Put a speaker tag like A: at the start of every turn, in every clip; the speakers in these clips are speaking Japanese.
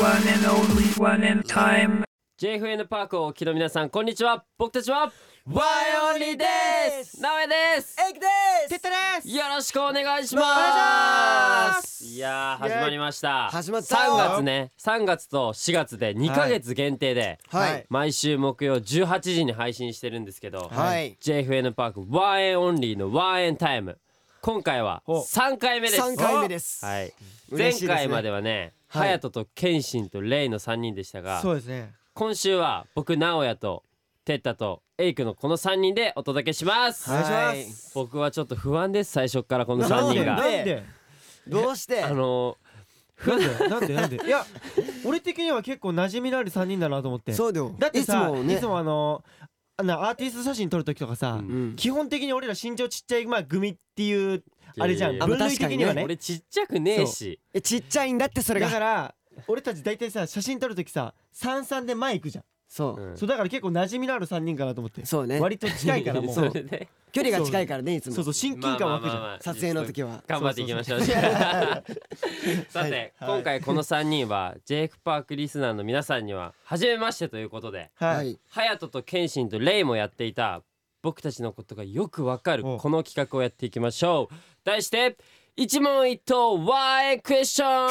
A: One and only one and time.
B: JFN パークをお聞きの皆さんこんにちは僕たちは
C: ワイオリです
B: なおやです
C: エイクですテッタで
B: よろしくお願いします
C: 願いします
B: いやー始まりました
C: 始まったよ
B: 3月ね3月と4月で2ヶ月限定で、
C: はい
B: 毎週木曜18時に配信してるんですけど、
C: はい
B: JFN パークワンエンオンリーのワンエンタイム今回は3回目です
C: 三回目です
B: はい、前
C: 嬉しいですね
B: 回まではね
C: は
B: 隼
C: い
B: 人と謙信とレイの3人でしたが、
D: そうですね。
B: 今週は僕直哉とテッタとエイクのこの3人でお届けします、
C: はい
B: 僕はちょっと不安です最初っからこの3人
C: なん
B: が
C: で
D: なんで
C: どうして
B: あの
D: なんでなんでなんでいや俺的には結構馴染みのある三人だなと思って。
C: そうだよ
D: だってさ
C: いつも
D: い
C: ね
D: つもあのあのアーティスト写真撮る時とかさ
B: う、
C: うんん
D: 基本的に俺ら身長ちっちゃいまあ組っていうあれじゃん。
B: いやい
C: や
D: 分
C: いや
D: 類的には
B: や
D: ね。
B: 俺ちっちゃくねえし
C: えちっちゃいんだってそれ
D: だか
C: が
D: ら俺たち大体さ写真撮る時さ三三で前行くじゃん。
C: そううん
D: そうだから結構馴染みのある三人かなと思って。
C: そうね
D: 割と近いから もう。
B: そ
D: そ
B: れ
D: う
B: で
C: 距離が近いからねいつも
D: そう親近感湧くじゃん。
B: まあ
C: 撮影の時は
B: 頑張っていきましょう さて
D: はい
B: 今回この3人はジェイクパークリスナーの皆さんには初めましてということで
D: は。
C: はいい
B: 隼人と謙信とレイもやっていた僕たちのことがよくわかる
D: お
B: この企画をやっていきましょう題して一問一答 Why クエスチョン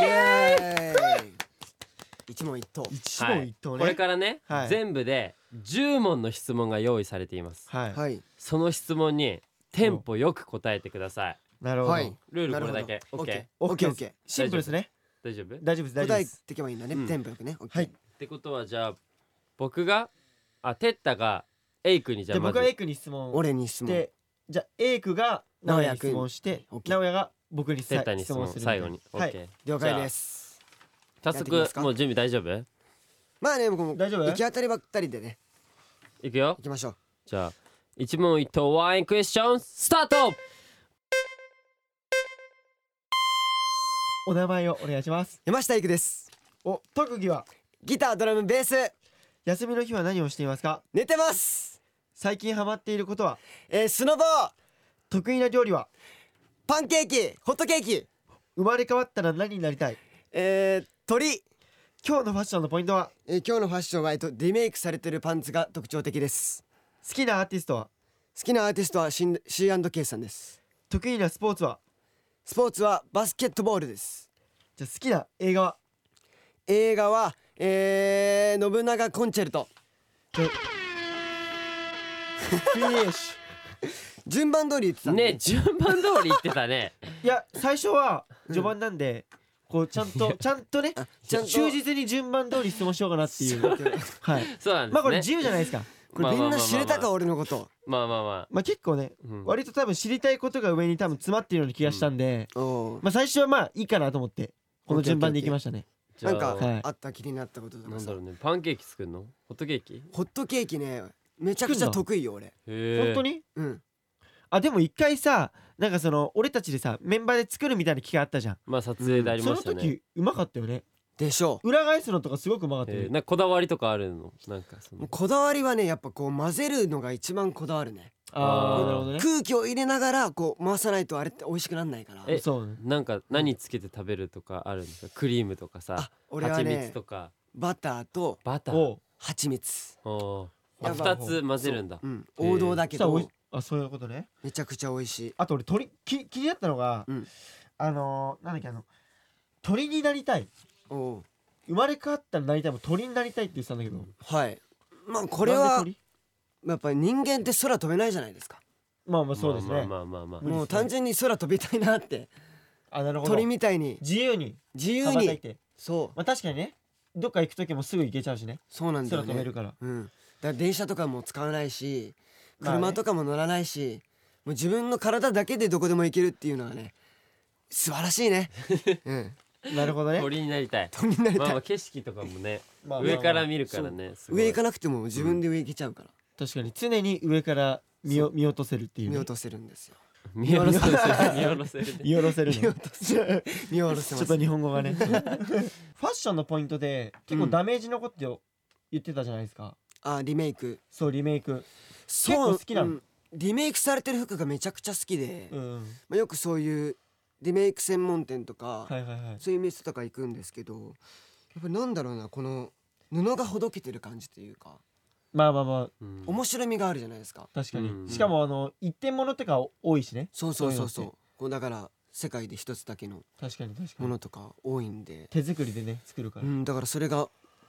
C: イエーイ一問一答
D: 一
B: は
D: 問
B: い
D: 一答
B: こ
D: ね。
B: れからね、
D: はい
B: 全部で10問の質問が用意されています
D: は
C: はい
B: その質問にテンポよく答えてください
D: い。なるほ
C: はい
D: ど。
B: ルールこれだけ
C: オッケ
B: OK
C: ーオッケーオッ
D: です
C: ケ
D: シンプルですね。
B: 大丈夫っ
D: 大丈夫です
C: ー
D: 大丈夫
C: 答
D: で
C: え
D: す。
C: ていけばいいんだ
B: うん
C: ねテンポよくねオッケ
D: は
C: ー
D: い。
B: てことはじゃあ僕があテッタがエイクにじ
D: じ
B: ゃ
D: ゃ
B: あ
D: あ
B: ま
D: 僕
B: ず
D: は A 君に質問を
C: 俺に質
D: し
C: 問
D: てじゃあ A 君が直哉に質問して
C: 直哉君
D: 直哉が僕に
B: テ
D: さ
B: ッタに質問
D: するみたい
B: 最後に
D: はい
B: OK
C: 了解です
B: 早
C: やっていきま
B: 速
C: すか
B: もう準備大丈夫
C: まあね僕も
D: 大丈夫
C: 行き当たりばったりでね
B: いくよ
C: 行きましょう
B: じゃあ一問一答ワインクエスチョンスタート
D: お名前をお願いします
C: 山下育です
D: お特技は
C: ギタードラムベース
D: 休みの日は何をしていますか
C: 寝てます
D: 最近ハマっていることは
C: えー、スノボー
D: 得意な料理は
C: パンケーキホットケーキ
D: 生まれ変わったら何になりたい
C: えー、鳥
D: 今日のファッションのポイントは
C: えー今日のファッションはえっとリメイクされてるパンツが特徴的です
D: 好きなアーティストは
C: 好きなアーティストはシン C&K さんです
D: 得意なスポーツは
C: スポーツはバスケットボールです
D: じゃあ好きな映画は
C: 映画はえー、信長コンチェルト
D: じゃあフィニッシ
C: 順番通り言ってたんだ
B: ね順番通り言ってた ね
D: ュいや最初は序盤なんで、こうちゃんとちゃんとね
C: ちゃんと
D: 忠実に順番通り質問しようかなっていうはい
B: そうなんですね
D: まあこれ自由じゃないですか。
C: これみんな知れたか
B: まあ
C: 俺のこと
B: まあまあまあ
D: まあ結構ね、
B: うん
D: 割と多分知りたいことが上に多分詰まっているような気がしたんで、
C: おー
D: まあ最初はまあいいかなと思ってこの順番でいきましたね。
B: じゃ
C: な
B: あ
C: んか、
D: はい
C: あった気になったことと
B: な
C: か
B: ん
C: さ
B: だろうねパンケーキ作るのホットケーキへ
C: ホットケーキねめちゃくちゃ得意よ俺
B: え
D: 本当に？
C: うん
D: あでも一回さ、なんかその俺たちでさメンバーで作るみたいな機会あったじゃん。
B: まあ撮影であり
D: そ
B: ま
D: の
B: したね
D: 時うまかったよね。
C: でしょ
D: 裏返すのとかすごくうまかったよ
B: え
D: ね
B: ー。なんかこだわりとかあるのなんかそう
C: もう
B: の
C: こだわりはねやっぱこう混ぜるのが一番こだわるね
D: あ
B: あ
D: あ
B: ー
D: なるほどね。
C: 空気を入れながらこう回さないとあれって美味しくなんないから
B: え
D: そうね。
B: なんか何つけて食べるとかあるんですかクリームとか
C: あ
B: さ
C: 俺は
B: 蜂
C: ね
B: 蜜とか
C: バターと
B: バター
D: おう
C: 蜂蜜
B: お
D: や
B: あ
D: ばい
B: 二つ混ぜるんだ
C: うん
B: へー
C: 王道だけ
D: したらおい
C: ど
D: あそういうことね。
C: めちゃくちゃ美味しい
D: あと俺鳥き気になったのが、
C: うん
D: あのー、なんだっけあの鳥になりたい。
C: おう
D: 生まれ変わったらなりたいも鳥になりたいって言ってたんだけど、
C: はいまあこ
D: こ
C: れはやっぱり人間って空飛べないじゃないですか
D: まあまあそうですね、
B: まあまあまあまあまあ
C: もう単純に空飛びたいなって
D: あなるほど
C: 鳥みたいに
D: 自由に
C: 自由
D: 羽ばたい
C: に
D: て
C: そう
D: まあ確かにねどっか行く時もすぐ行けちゃうしね
C: そうなんだ
D: 空
C: よ
D: 飛べ
C: ね
D: るから、
C: うんだから電車とかも使わないし
D: まあね
C: 車とかも乗らないしもう自分の体だけでどこでも行けるっていうのはね素晴らしい ねうん
D: なるほどね
B: 鳥になり たい
C: 鳥になり
B: まあ
C: た
B: まあ
C: い
B: 景色とかもね
D: まあまあまあ
B: 上から見るからねすごい
C: 上行かなくても自分で上行けちゃうから
D: 確かに常に上から見よ見落とせるっていうね、
C: 見落とせるんですよ
B: 見下ろせる見下ろせる
D: 見下ろせるの
C: 見下ろ
D: ち
C: せ
D: ょ
C: ます
D: っ と日本語が ねファッションのポイントで結構ダメージ残ってよ言ってたじゃないですか、
C: あリメイク
D: そうリメイク
C: そう
D: 構好きなの
C: んリメイクされてる服がめちゃくちゃ好きで、
D: うん
C: まあ、よくそういうリメイク専門店とか、
D: はいはいはい
C: そういう店とか行くんですけどやっぱなんだろうなこの布がほどけてる感じというか
D: まあまあまあ
B: うん
C: 面白みがあるじゃないですか、
D: 確かに、
B: うん
D: しかもあの一点物とか多いしね
C: そうそうそう
D: そ
C: そうう
D: いうの
C: こうだから世界で一つだけの
D: 確かに確か
C: も
D: に
C: のとか多いんで、
D: 手作りでね作るか
C: う
D: ら、
C: ん、だからそれが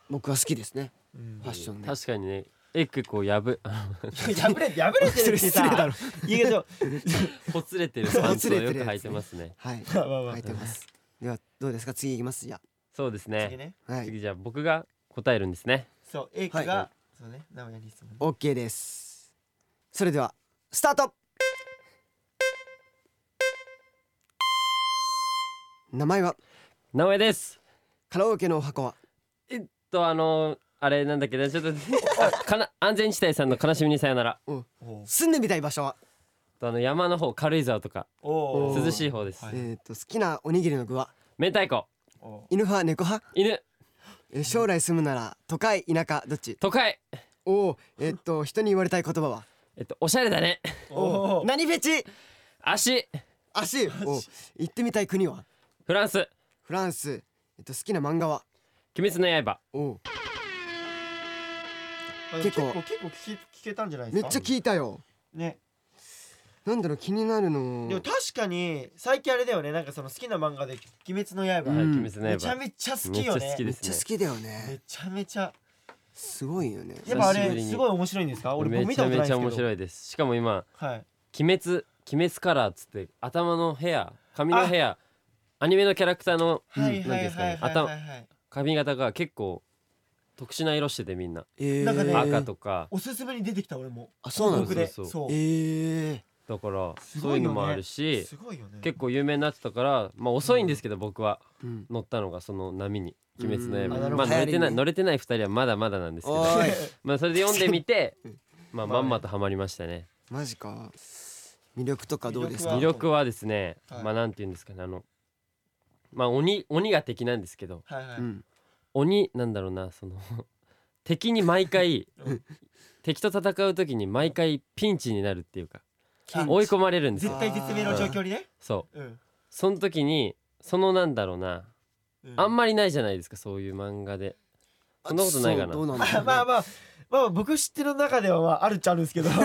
C: 僕は好きですね
D: うん
C: ファッションで
B: 確かにねエッグこうやぶ
D: 破れて破れてるって
C: それ失礼だ
D: さ
C: ろ
D: 言う けど
B: ほつれてるパンツをよく
C: ほつれてるやつね
B: 履いてますね
C: はい
D: まあまあまあ
C: 書いてますではどうですか次いきますじゃ
B: そうです
D: 次
B: ね
D: ね
C: あはい
B: 次じゃあ僕が答えるんですね
D: そうエイクが、
C: は
D: そうね名古屋に質問
C: OK ですそれではスタート名前は
B: 名前です
C: カラオケのお箱は
B: えっとあのあれなんだっけなちょっと あかな安全地帯さんの悲しみにさよなら
D: おう
C: 住んでみたい場所は、
B: あの山の方軽井沢とか
D: おう
B: 涼しい方です
D: はい
C: えっと好きなおにぎりの具は
B: 明太子
D: おう
C: 犬派猫派、
B: 犬
C: えー将来住むなら都会田舎どっち
B: 都会
C: おおえっと人に言われたい言葉は
B: えっとおしゃれだね
D: おう
C: 何フェチ
B: 足
C: 足おう行ってみたい国は
B: フランス
C: フランスえっと好きな漫画は
B: 鬼滅の刃
C: おう
D: あ
C: 結構
D: 結構聞け聞けたんじゃないで
C: め
D: す
C: っ
D: か
C: ちゃ聞いたよ
D: ね
C: なんだろう気になるの
D: でも確かに最近あれだよねなんかその好きな漫画で「鬼滅の刃」
B: はい
C: うん
B: 鬼滅の
D: めちゃ
B: 刃
D: めちゃ好
B: め
D: き
B: っちゃ
D: よ
B: 好
D: ね
B: き
C: め
B: で
C: っ
B: す
C: ちゃ
B: ね
C: 好きだよ
D: め
C: ね
D: ちゃめちゃ
C: すごいよね
D: やっぱ
B: 久
D: あ
B: しぶり
D: れ
B: に
D: すごい面白いんですか俺
B: め
D: 僕見
B: ち
D: た
B: ゃ
D: ことな
B: め
D: いんです
B: ち
D: け
B: ゃ
D: ど
B: 面白いですしかも今
D: はい
B: 鬼滅鬼滅カラーっつって頭のヘア髪のヘアアニメのキャラクターの
D: は
B: う
D: い
B: んなんていう
D: は
B: ん
D: い
B: ですか
D: は
B: ね
D: いはいはいはい
B: 髪型が結構特殊な色しててみんな
C: え
D: なんかねへー
B: 赤とか
D: おすすめに出てきた俺も
C: あそうなん
D: 僕
C: だ
D: で
B: そ
D: そう
B: そ
D: う
C: え
B: だから
D: す
B: そう
D: ご
B: い
D: いう
B: の
D: よね
B: もあるし
D: すごいよね
B: 結構有名になってたからまあ遅いんですけど僕は
C: ーうん
B: 乗ったのがその波に「鬼滅の
C: うん
D: あ
B: 刃」
D: なる
B: ま
D: ほ
B: あ乗れてな
C: 流行
D: ど
C: り
B: い
C: ね
B: 乗れてない2人はまだまだなんですけ
C: お
B: ど
C: ーい
B: まあそれで読んでみてまあ
D: ま
B: ま
D: あね
B: んまとハマりましたね
C: マジか魅力とかどうですか
B: 魅力はですね
D: はい
B: まあなんて言うんですかねあのまあ鬼鬼が敵なんですけど
D: はいはい
C: うん
B: 鬼なんだろうなその 敵に毎回
D: うん
B: 敵と戦う時に毎回ピンチになるっていうか
D: あ
B: 追い込まれるんですよ
D: 絶対絶命の状況にね
B: そう
D: うん
B: その時にそのなんだろうなあん
D: ま
B: まりないじゃないですかそういう漫画でそんなことないかな
C: そうどうなんだろ
D: あ
C: うね
D: まあまあまあ僕知ってる中ではまああるっちゃあるんですけどは、
B: ち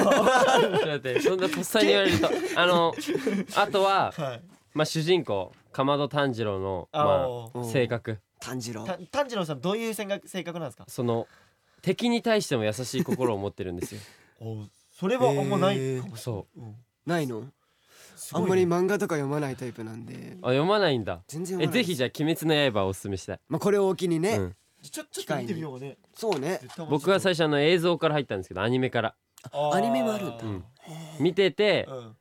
B: ょっと待ってそんなとっさに言われるとあのあとはい
D: あ
B: まあ、主人公かまど炭治郎のま
D: あ
B: あ
C: うん
B: 性格
C: 炭治郎
D: た炭治郎さんどういう性格性格なんですか
B: その敵に対しても優しい心を持ってるんですよ
D: おそれはあんまないかもし
B: そ
D: れない
C: ないの
D: す
C: あ
D: ごい
C: ん
D: ね
C: まり漫画とか読まないタイプなんで
B: うあ読まないんだ
C: 全然
B: え
C: 読まな
B: ぜ
C: い
B: ひじゃあ「鬼滅の刃」をおすすめしたい、
C: まあこれをお気にね、
B: うん
D: ちょちょっと見てみようね
C: そうね
D: 絶対面白い
B: 僕は最初あの映像から入ったんですけどアニメから
D: あー
C: アニメもあるんだ
B: うん見てて
D: うん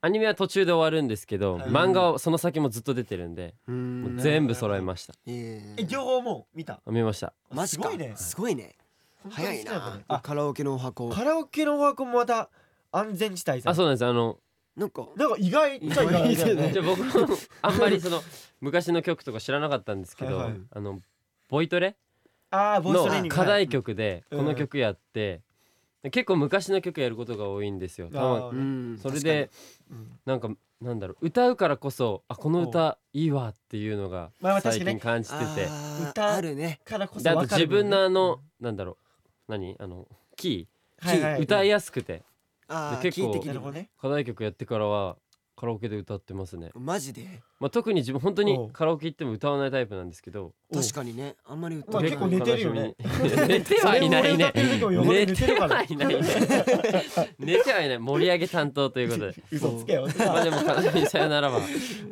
B: アニメは途中で終わるんですけど
D: はい
B: 漫画はその先もずっと出てるんで
C: うーん
B: もう全部揃えました
C: ええ
D: え両方もう見た
B: 見ました
C: マジか
D: すごいね
C: すごいね早いな
D: あ
C: カラオケのお箱
D: カラオケのワークもまた安全地帯さ
B: あそうなんですあの
C: なんか
D: なんか意外っちゃ意外だよね
B: じゃあ僕もあんまりその昔の曲とか知らなかったんですけど、
D: はいはい
B: あのボイトレ
D: ああボイストレーニン
B: の
D: グ
B: 課題曲で
D: う
B: こ
D: ん
B: の曲やって、結構昔の曲やることが多いんですよ。
D: あー
B: 多分
C: うん
B: それで
D: うん
B: なんかなんだろう歌うからこそあこの歌いいわっていうのが
D: まあまあ確
B: 最
D: かに
B: 近感
D: ね
B: じてて、
C: あー
D: 歌
C: あるね
D: からこそ
B: であと
D: わかる
B: 自
D: も
B: 分
D: んね
B: のあの、なんだろう何あのキ
D: はいは
B: ー、
D: い
B: 歌いやすくて
C: あー
B: で結構
C: 聞いてきて
D: なる
C: る
D: ほどね
B: 課題曲やってからはカラオケで歌ってますね。
C: マジで
B: まあ、特に自分本当
D: お
B: に
D: う
B: カラオケ行っても歌わないタイプなんですけど
C: 確かにねあんまり歌
D: ま
C: わ
D: あ
C: ない
D: 結構寝てるよね
B: 寝てはいないね
D: それも俺歌ってる時も横で
B: 寝
D: 寝て
B: て
D: るから
B: はい ないね寝てはいない盛り上げ担当ということで
D: 嘘つけよ
B: まあでも悲しいさよなら ば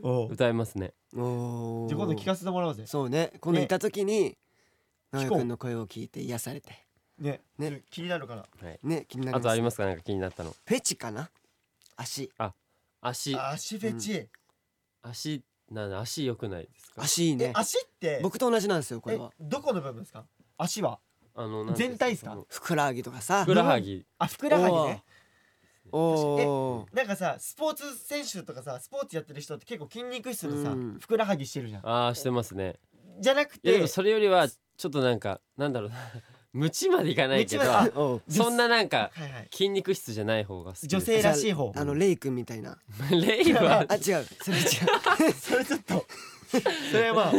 D: おう
B: 歌いますね
C: おー
D: じゃあ今度聞かせてもらおうぜ
C: そうね今度いた時に直哉
D: 聞こう
C: くんの声を聞いて癒されて
D: ね
C: ね
D: 気になるから
C: ね気になり
B: あとありますすかなんか気になったの
C: フェチかな足
B: 足
D: あ足フェチ
B: 足なんだ足良くないですか
C: 足いい
D: え
C: ね
D: 足って
C: 僕と同じなんですよこれ
D: え
C: は
D: どこの部分ですか足は
B: あの
D: 全体ですか
C: ふくらはぎとかさ
B: ふくらはぎ
D: あふくらはぎね
C: おー
D: なんかさスポーツ選手とかさスポーツやってる人って結構筋肉質のさ、
C: うん
D: ふくらはぎしてるじゃん
B: ああしてますね
D: じゃなく
B: いやで
D: て
B: もそれよりはちょっとなんかなんだろうな ムチまでいかないけど
D: ムチまで
C: おう
B: そんななんか
D: はいはい
B: 筋肉質じゃない方が好きです
D: 女性らしい方
C: あのレイ君みたいな
B: レイは
C: あ違うそれ違う
D: それちょっとそれはまあ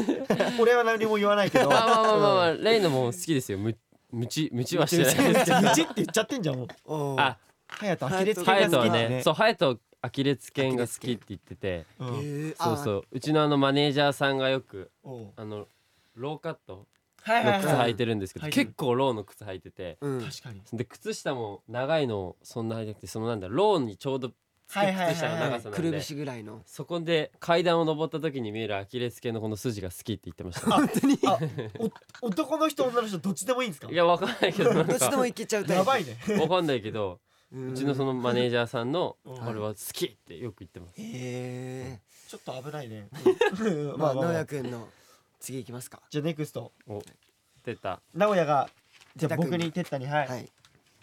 D: 俺は何も言わないけ ど
B: まあまあまあまあ、まあ、レイのも好きですよむむちむちはしてないですけど
D: 無知って言っちゃってんじゃんもう
C: おう
B: あ
D: 隼人アキレス
C: ハ
B: ハヤ
D: 腱が
B: ト
D: 好き
B: は
D: って
B: ねそうハヤトアキレス腱が好きって言ってて
D: う
C: へ
D: ん
C: ー
B: そうそううちのあのマネージャーさんがよく
D: おう
B: あのローカット
D: はいは
B: の
D: い
B: 靴
D: は
B: 履
D: い
B: いてるんですけど、
D: はい
B: 結構ローの靴履いてて
C: あうん
D: 確かに
B: で靴下も長いのそんな履いてなくてそのなんだローにちょうどつく
D: はいはいはいはい
B: 靴下の長 さな
C: く
B: ん
C: る
B: で
C: ぶしぐらいの
B: そこで階段を登った時に見えるアキレス腱のこの筋が好きって言ってました
D: 本当に 男の人女の人どっちでもいいんですか
B: いやわかんないけどなん
C: どっちで
B: か
C: もいけちゃうタイプ
D: やばいね
B: わかんないけど
C: うん
B: うちのそのマネージャーさんの
D: うん
B: これは好きってよく言ってます
C: へえ
D: ちょっと危ないね
C: まあ直
D: ま
C: 哉
D: あ
C: くんの次行きますか
D: じゃあネクスト
B: お出た
D: 名古屋がじゃあ
C: 哲太君
D: 僕にてったにはい
C: は
D: はい
C: い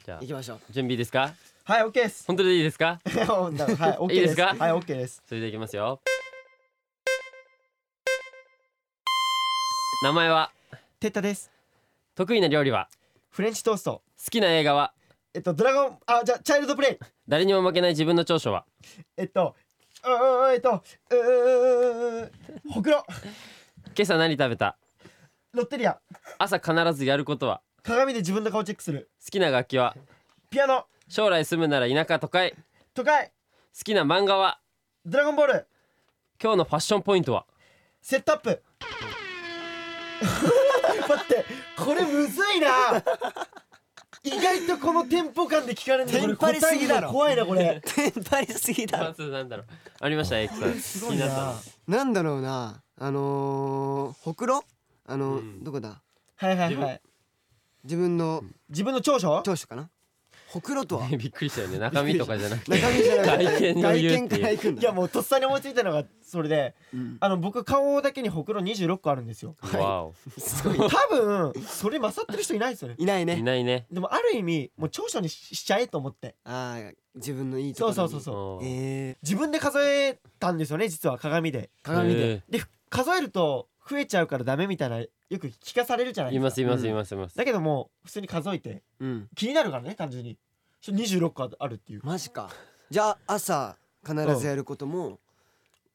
B: じゃあ
C: 行きましょう
B: 準備いいですか
D: OK です
B: 本当でいいですか
D: はい OK
B: いいで
D: ですす
B: か
D: はい OK です
B: それでいきますよ名前は
D: てったです
B: 得意な料理は
D: フレンチトースト
B: 好きな映画は
D: えっとドラゴンあじゃあチャイルドプレイ
B: 誰にも負けない自分の長所は
D: えっとうーんえっとうーんほくろ
B: 今朝何食べた
D: ロッテリア
B: 朝必ずやることは
D: 鏡で自分の顔チェックする
B: 好きな楽器は
D: ピアノ
B: 将来住むなら田舎都会好
D: 都会
B: きな漫画は
D: ドラゴンボール
B: 今日のファッションポイントは
D: セットアップ 待ってこれむずいな意外とこのテンポ感で聞かれるのこ
C: テ
D: れ
C: ンパりすぎだろ
D: 答えるの怖いな こ
C: テンパりすぎだ
B: ま
C: ろ
B: ずなんだろうありましたエイクさん
D: れすごいな
C: なんだろうなあのー、ほくろあのー
B: うん
C: どこだ
D: はいはいはい
C: 自分の
D: 自分の長所
C: 長所かなほくろと は
B: びっくりしたよね中身とかじゃなくて
C: 中身じゃなく
B: 外
C: て
B: 見を
C: 外
B: 言うっ
C: 見
B: ていう
C: から行くん
D: い
C: だ
D: やもうとっさに思いついたのがそれで
C: うん
D: あの僕顔だけにほくろ26個あるんです よ
B: わお
C: すごい
D: 多分それ勝ってる人いないですよね
C: いない
B: い
C: ね
B: ないね
D: でもある意味もう長所にししちゃえと思って
C: あー自分のいいとこ
D: そう
C: ろ
D: そうそうそう
B: うん
C: えー、
D: 自分で数えたんですよね実は鏡で
C: 鏡で、
B: え
D: で数えると増えちゃうからダメみたいなよく聞かされるじゃな
B: ー
D: い
B: い
D: で
B: ますす
D: か
B: います
C: うん
B: いますいます
D: だけどもう普通に数えて
C: うん
D: 気になるからね単純にそれ26個あるっていう
C: マジかじゃあ朝必ずやることも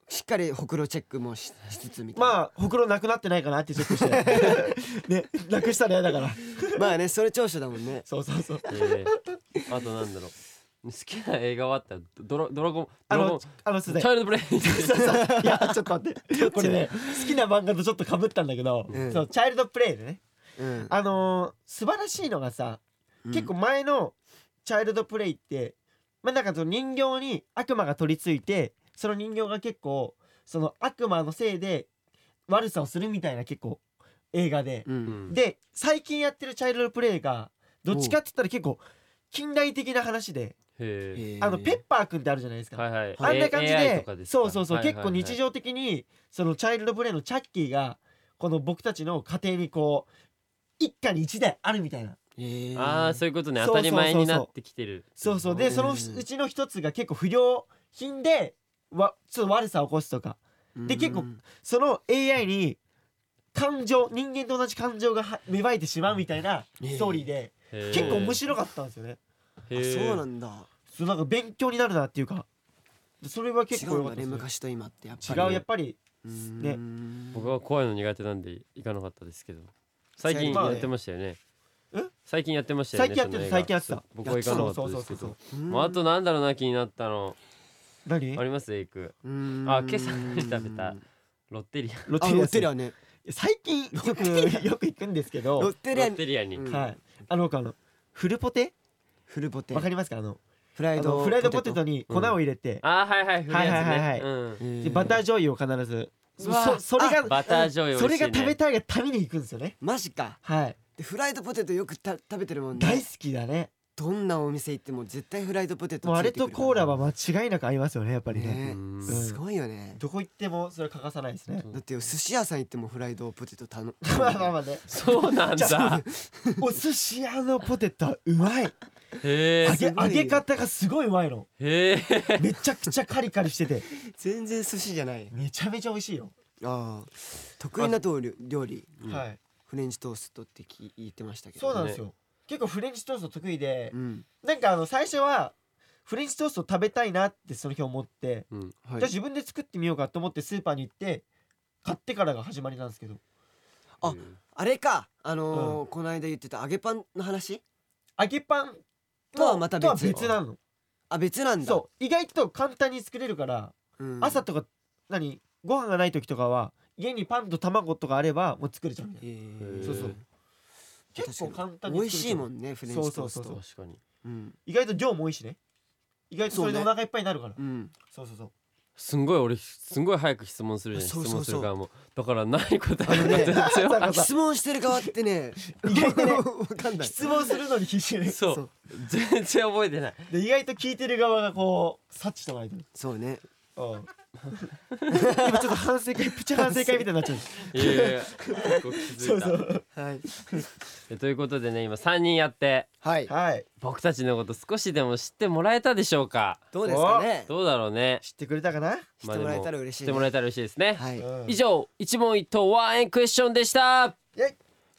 C: しっかりほくろチェックもししつつみたいな
D: まあほくろなくなってないかなってチェックして ねなくしたら嫌だから
C: まあねそれ長所だもん ね
D: そうそうそう
B: えーあとなんだろう好きな映画はあったらドラドラゴン
D: あ
B: ドラゴ
D: の
B: ンチ
D: あのすで
B: ャイルドプレイ
D: いやちょっと待ってこれね好きな漫画とちょっとかぶったんだけど、
C: うん
D: そのチャイルドプレイでね
C: うん
D: あのー素晴らしいのがさ、結構前のチャイルドプレイって、まあ、なんかその人形に悪魔が取り付いてその人形が結構その悪魔のせいで悪さをするみたいな結構映画で、
C: うん、
B: うん
D: で最近やってるチャイルドプレイがどっちかって言ったら結構近代的な話で、
B: へー
C: へ
D: あのペッパーくんってあるじゃないですか、
B: はいはい
D: あんな感じ
B: AI
D: で
B: とかですか
D: そうそうそう、
B: はいはいはい
D: 結構日常的にそのチャイルドプレイのチャッキーがこの僕たちの家庭にこう一家に一台あるみたいな
C: え
B: ああそういうことね
D: そう
B: 当
D: そ
B: た
D: うそうそ
B: り前
D: う
B: になってきてる
D: そうそう
C: う
D: で
C: ん
D: そのうちの一つが結構不良品でわちょっと悪さを起こすとかで結構その AI に感情人間と同じ感情がは芽生えてしまうみたいな
C: ええ
D: ストーリーで
B: 結
D: 結構面白かったんですよね。
B: い
C: そうな
B: だ
C: んだ
D: そうなんか勉強になるなっていうかそれは
C: 違
D: 結構
C: う
D: 良
C: ん
D: か
C: だ
D: ったで
C: ね
D: すね
C: 昔と今ってやっぱり
D: 違うやっぱりね
B: 僕は怖いの苦手なんで行かなかったですけど最近
D: まあ
B: や
D: ね
B: ってましたよね
D: え
B: 最近やってましたよね
D: 最近やってた
B: その映画
D: 最近やって
B: そ
D: た
B: う僕は行かなか
D: そ
B: った
D: うそ
B: です
D: うそ
B: け
D: うそ
B: ど
D: う
B: まああとなんだろうな気になったの
D: 何
B: ありますエイクあ
C: あ
B: 今朝何食べたロッテリア
D: ロ
C: あロッテリ
D: ア
C: アね
D: 最近よくよく行くんですけ
C: ロッ
D: ど、
C: テ
B: ロ
C: リア
B: ッテリアに
C: うん
D: はい、あの僕あのフルポテ
C: フルポテ
D: わかりますかあの
C: フラ
D: あ
C: イド
D: のフライドポテト
C: に
D: に粉を入れて、
B: あーはいはい古いやつ
D: はいはいはい
B: ね
D: は
B: うん
D: でバター醤油を必ず
C: うわ
D: そそれが
B: バター醤油
D: それが
B: 美味しい
D: 食
B: ね
D: べたいがために行くんですよね
C: マジか
D: はい
C: でフライドポテトよくた食べてるもん
D: 大
C: ね
D: 好きだね
C: どんなお店行っても絶対フライドポテト
D: もう
C: つ
D: あ
C: い
D: れ
C: てく
D: と
C: る
D: コーラは間違いなく合いますよねやっぱりね
C: ね
B: うん
C: すごいよね
D: どこ行ってもそれは欠かさないですね
C: だってよ寿司屋さん行ってもフライドポテト 頼む
D: まあまあまあね
B: そうなん
D: じゃ
B: だ
D: お寿司屋のポテトはうまい
B: へ
D: 揚
B: ー
D: げ
C: すごい
D: 揚げ方がすごいうまいの
B: へー
D: めちゃくちゃカリカリしてて
C: 全然寿司じゃない
D: めちゃめちゃ美味しいよ、
C: ああ得意な料理料理
B: うん
D: はい
C: フレンチトーストって聞言ってましたけど
D: そうなんですよ、結構フレンチトースト得意で、
C: うん
D: なんかあの最初はフレンチトースト食べたいなってその日思って、
B: うん
C: はい
D: じゃあ自分で作ってみようかと思ってスーパーに行って買ってからが始まりなんですけど
C: あ
B: うん
C: あれかあのーこの間言ってた揚げパンの話
D: 揚げパンの
C: とはまた別
D: とは別なの
C: あ別なんだ
D: そう意外と簡単に作れるから、
C: う、ん、
D: 朝とか何ご飯がない時とかは家にパンと卵とかあればもう作れちゃうみたい
C: へ
D: な
C: ー
D: そうそう
C: 確か
D: 結構
C: に
D: 簡単に作れちゃ
C: 美
D: う
C: 味しいもんねフレンチトースト
D: そうそう
B: 確かに
C: うん
D: 意外と量も多いしね意外とそれで
C: そ
D: お
C: うね
D: 腹いっぱいになるから
C: うん
D: そうそうそう
B: すんごい俺すんごい早く質問するじゃん
C: そうそう
B: 質
C: そ
B: 問する
C: う
B: 側もだから何答え
C: あの
B: る
C: ね
B: か全然
D: だから
C: 質問してる側ってね
D: 意外とね
C: わかんない
D: 質問するのに必死で
B: そう
C: そう
B: 全然覚えてない
D: で意外と聞いてる側がこう察知してないと
C: そうね
D: うん 今ちょっと反省会プチ反省会みたいになっちゃ
B: い
D: う
B: やいやいや結構気づいた
D: そうそう
C: はい
B: えということでね今3人やって
C: はい
D: はい
B: 僕たちのこと少しでも知ってもらえたでしょうか
C: どうですかね
B: どうだろうね
D: 知ってくれたかな、
C: 知ってもらえたら嬉し
B: 知
C: い
B: って
C: ね
B: もらえたら嬉しいですね、
C: はい
D: うん
B: 以上一問一答ワンエンクエスチョンでした
D: イェイ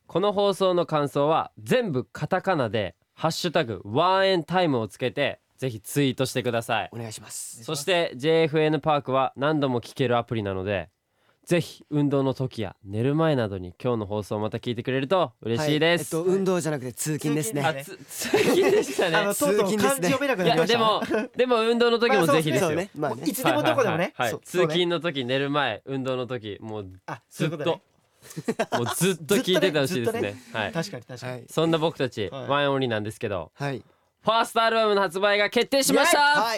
B: この放送の感想は全部カタカナでハッシュタグワンエンタイムをつけてぜひツイートしてください
C: お願いします
B: そして JFN パークは何度も聴けるアプリなのでぜひ運動の時や寝る前などに今日の放送をまた聞いてくれると嬉しいです、
C: はえっと運動じゃなくて通勤です
D: 通
C: ね
D: 勤
B: あつ通勤でした
D: あの
B: ね
D: とうとう
C: 通勤ですね
D: 漢字読めな
B: い
D: くなり
B: や
D: ました
B: でもでも運動の時もぜひですよ、
C: そうねまあ
D: もうい
C: ね
D: つでもどこでもね、
B: はいはいはい
D: そう
B: 通勤の時寝る前運動の時もう
D: あ
B: ず
D: そう
B: っ
D: いうことね
B: ともうずっと聞いててほしいですね
D: ずっと
B: はい
D: 確かに確かに、
C: はい
B: そんな僕たち、
D: はい
B: ワンエンオンリーなんですけど
C: はい
B: ファーストアルバムの発売が決定しました
C: はい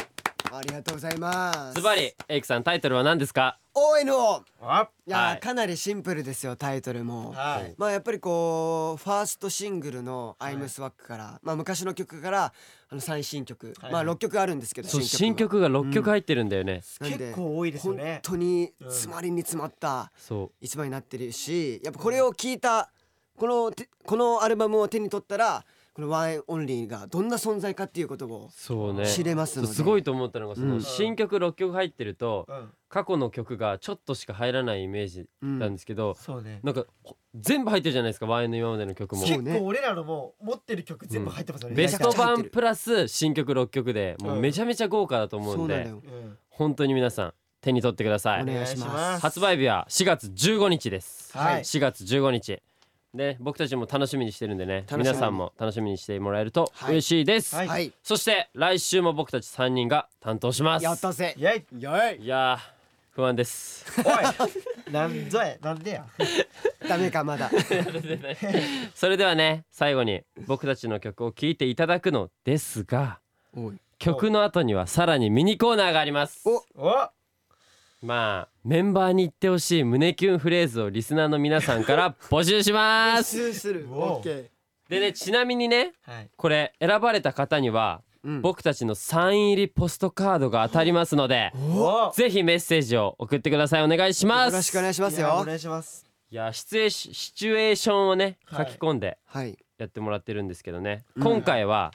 C: ありがとうございます
B: ズバリエイクさんタイトルは何ですか
C: ONO
D: あ
C: いやー、
B: はい
C: かなりシンプルですよタイトルも、
D: はい
C: まあやっぱりこうファーストシングルの「アイムスワックから、まあ昔の曲からあの最新曲、
D: はい
C: まあ6曲あるんですけど
B: そう
C: が
B: 新曲が6曲入ってるんだよね、
C: なんで
D: 結構多いですよ
C: 本
D: ね
C: 当に詰まりに詰まった
B: そ
C: 一枚になってるしやっぱこれを聞いたこのてこのアルバムを手に取ったらこの「ワンエンオンリー」がどんな存在かっていうことを
B: うそうね
C: 知れますので
B: そうすごいと思ったのがその、
C: うん
B: 新曲6曲入ってると
D: うん
B: 過去の曲がちょっとしか入らないイメージなんですけど、
D: そうね
B: なんかこ全部入ってるじゃないですかワンエンの今までの曲も
C: そう
D: 結
C: ね
D: 構俺らのもう持ってる曲全部入ってますよね、
B: ベスト
C: めちゃくちゃ入って
B: 版
C: る
B: プラス新曲6曲でもうめちゃめちゃ豪華だと思
C: そううんなんだ
B: で
C: よ
D: うん
B: 本当に皆さん手に取ってくださ
C: お
B: い
C: 願いします
B: 発売日は4月15日です、
D: はい
B: 4月15日で僕たちも楽しみにしてるんでね
C: 楽しみに
B: 皆さんも楽しみにしてもらえると
C: はい
B: 嬉しいです、
D: はい
C: はい
B: そして来週も僕たち3人が担当します
C: やったぜ
D: イェイ
B: いやー不安です
D: おいなんぞやなんでや
C: ダメかまだ
B: それではね最後に僕たちの曲を聴いていただくのですが
C: おい
B: 曲の後にはさらにミニコーナーがあります
C: お
D: お
B: まあメンバーに言ってほしい胸キュンフレーズをリスナーの皆さんから募集します
C: るする
D: おう
C: ー
B: でねちなみにね
D: はい
B: これ選ばれた方には、
C: うん
B: 僕たちのサイン入りポストカードが当たりますので
D: お
B: ぜひメッセージを送ってくださいお願いします
C: よろしくお願いします
D: いやお
C: よ
D: 願いします
B: いやシチュエーシシチュエーションをね書
D: はい
B: き込んで
C: はい
B: やってもらってるんですけどね、今回は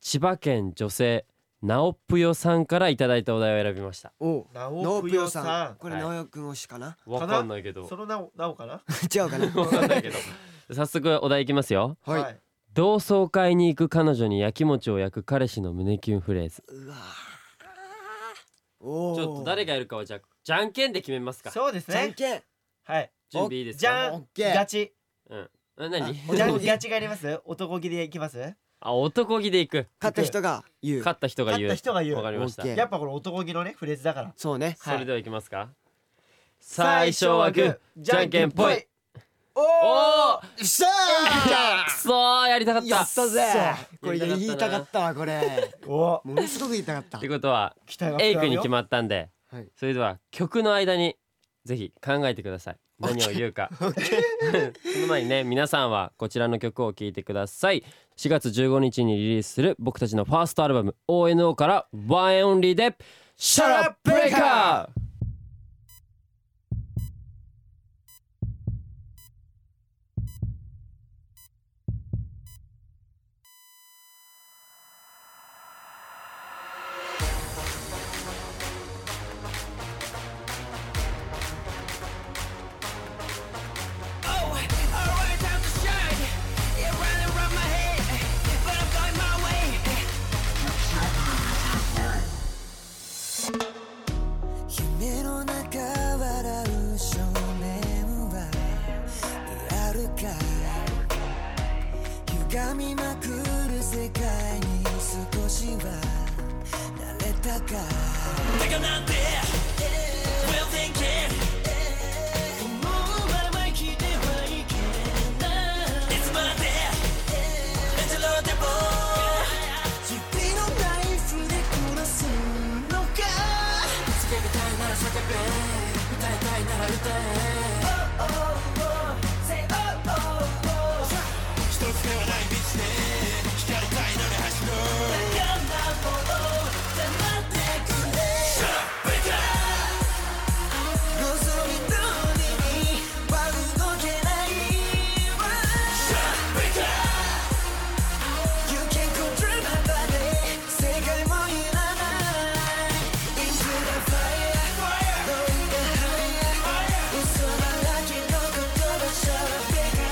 B: 千葉県女性なおぷよさんからいただいたお題を選びました
C: おうノ
D: なお
C: ー
D: ぷ
C: プヨ
D: よ
C: さ
D: さ
C: ん
D: ん
C: これ
B: はい
C: 直代くん推しかな
B: わかんないけど
D: そのなおなおかな
C: 違うかな
B: わかんないけど 早速お題いきますよ
C: はい
B: 同窓会に行く彼女にやきもちを焼く彼氏の胸キュンフレーズち
C: うわお
B: ょ
C: お
B: っと誰がやるかはじゃじゃんけんで決めますか
D: そうです
C: じゃん
D: ね
C: けん
D: はい
B: 準備いいです
D: じ
B: か
D: ゃ
C: オッ
D: ん
C: ケー
D: ガチ
B: あ何
C: あ
D: じゃん
C: 男気
D: ガチがあります男気でいきます
B: あ男気でいく
C: 勝った人が言う
B: 勝った人が言う
D: 勝った人が言う
B: わかりました
C: オッケー
D: やっぱこれ男気のねフレーズだから
C: そうね
B: それではいきますか最初はグーじゃんけんぽい
D: お
B: お
D: お
B: お
C: よっしゃ
B: くそーやりたかっ
C: ー
B: た
C: やったぜこれ
B: やりたかったな
C: 言いたかったわこれ
D: お
C: ものすごく言いたかった
B: ってことは
D: 期待が膨らむよ
B: エイクに決まったんで
C: はい
B: それでは曲の間にぜひ考えてください何を言うか その前にね皆さんはこちらの曲を聴いてください4月15日にリリースする僕たちのファーストアルバム ONO から「ワンエンオンリー」で「Shut Up Breaker」
E: Oh, alright, time 掴みまくる世界に少しは慣れたかだからなんて Well thinking 思うまま生きてはいけないいつまでレジロでも日々のライフでこなすのか叫びたいなら叫べ歌いたいなら歌え望み通りには動けないわ Shut up, wake up You can't control my body 世界もいらない Into the fire ロイが higher 嘘だらけの言葉しゃべが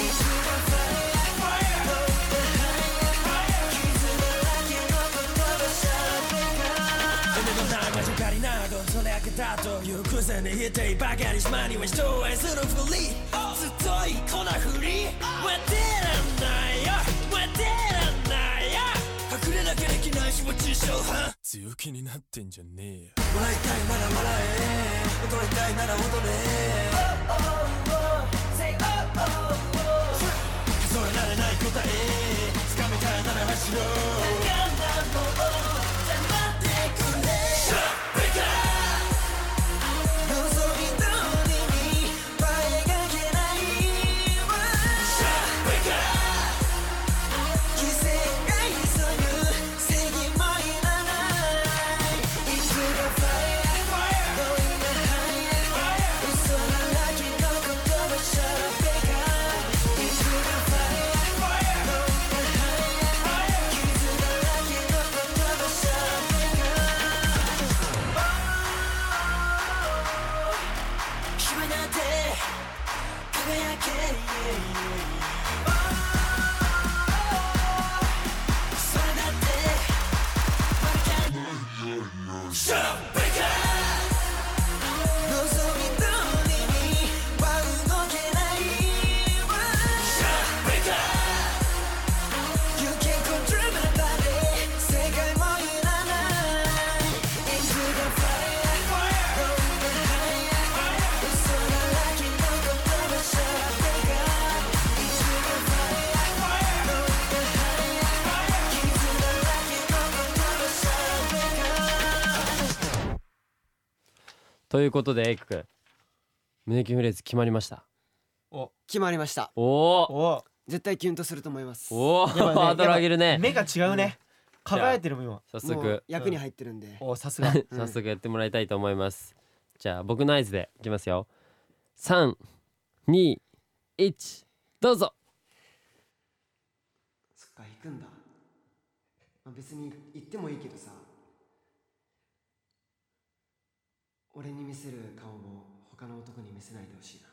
E: Into the fire ロイが higher 傷だらけの言葉しゃべが夢のない魔女狩りなどそれあけたという偶然に言ってバカにしまには人を愛するふりずっといいこなふりわてらないよわてらないよ隠れなきゃできない気持ち小半強気になってんじゃねえよ笑いたいなら笑え踊りたいなら踊れ数えられない答え掴みたいなら走ろう望み通りには描けないわ規制が急ぐ正義もいらないいつが fire 恋が higher 嘘だらけの言葉しゃべがいつが fire 恋が higher 傷だらけの言葉しゃべが君なんて輝け Oh, それだってわかんない Shut up, break it! 望み通りには動けないわ Shut up, break it! You can't control my body 世界もいらない Into the fire ローが higher 嘘だらけの言葉しゃべが Into the fire ローが higher 傷だらけの言葉しゃべが
B: ということでエイク君胸キュンフレーズ決まりました
D: お
C: 決まりました
B: おお
D: お
C: 絶対キュンとすると思いますも
B: おお、
D: やっぱね
B: ハードル上げるね
D: 目が違うね輝いてるもん今
B: 早
C: う
B: 速
C: 役に入ってるんで
D: お さすが
C: うん
B: 早速やってもらいたいと思います、じゃあ僕の合図でいきますよ321どうぞ
C: そっか行くんだ、まあ、別に行ってもいいけどさ俺に見せる顔も他の男に見せないでほしいな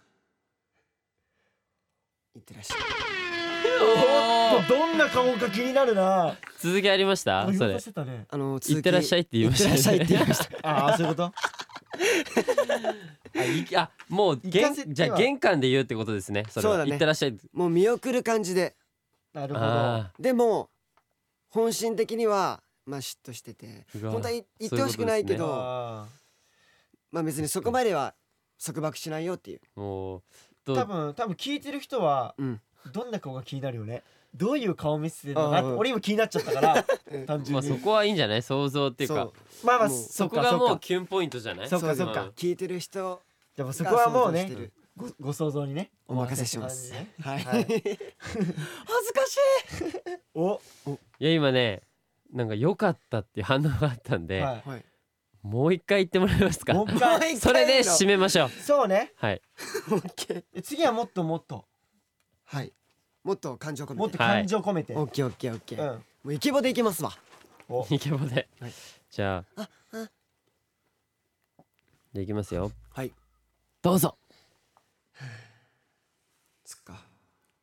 C: 行ってらっしゃい
D: どんな顔か気になるな
B: 続きありました
D: 言
B: そ
D: おう
B: れ
D: としてたね
C: あの
B: 行ってらっしゃいって言いましたね
C: 行ってらっしゃいって言いました
D: ああそ ういうこと
B: あいきあもう
D: 行か
B: 玄
D: せては
B: じゃあ玄関で言うってことですねそれ
C: そう
B: は
C: だね
B: 行ってらっしゃい
C: もう見送る感じで
D: なるほど
B: あ
C: でも本心的にはまあ嫉妬してて
B: うわ
C: 本当は
B: そうい
C: 言
B: うこ
C: 言っ
B: と
C: てほしくないけ
B: ですね
C: ど
D: あ
C: まあ別にそこまでは束縛しないよっていう
B: ーもうど
D: ー多
B: う
D: 分多分聞いてる人は
C: うん
D: どんな顔が気になるよねどういう顔見せてるのかなって
C: うん
D: 俺今気になっちゃったから
C: うん
D: 単純
B: まあ
D: に
B: そこはいいんじゃない想像っていう
C: そ
B: か
C: う
D: まあまあ
C: もう
D: そ
B: そ
D: っ
B: こ
D: か
B: が
D: そっ
B: もう
D: か
B: キュンポイントじゃない
D: そっかそっ
B: う
D: か
B: ん
C: 聞いてる人
D: でもそこはもう
C: が想像して
D: ね
C: る
D: ごご想像にね
C: お任せします
D: お任せって
C: は
D: 感
C: い
D: じね
C: 恥ずかしい
D: お
B: いや今ねなんか良かったっていう反応があったんで、
D: は
C: はい
B: もう一回言ってもらえますか
D: もう一回
B: それで締めましょう
D: そうね
B: はい
C: オッケー
D: 次はもっともっと
C: はいもっと感情込
D: も
C: め
D: っ
C: て
D: と感情込めて、
C: オッケーオッケーオッケ
D: う
C: ーも
D: ん
C: うイケボでいけますわ
D: お
B: イケボで、
C: はい
B: じゃあ
C: ああ
B: でいきますよ
C: はい
B: どうぞ
C: そっか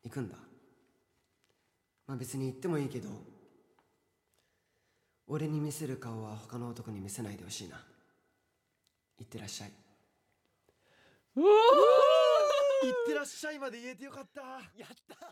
C: 行くんだまあ別に行ってもいいけど俺に見せる顔は他の男に見せないでほしいな行ってらっしゃい
D: 行ってらっしゃいまで言えてよかった
C: やった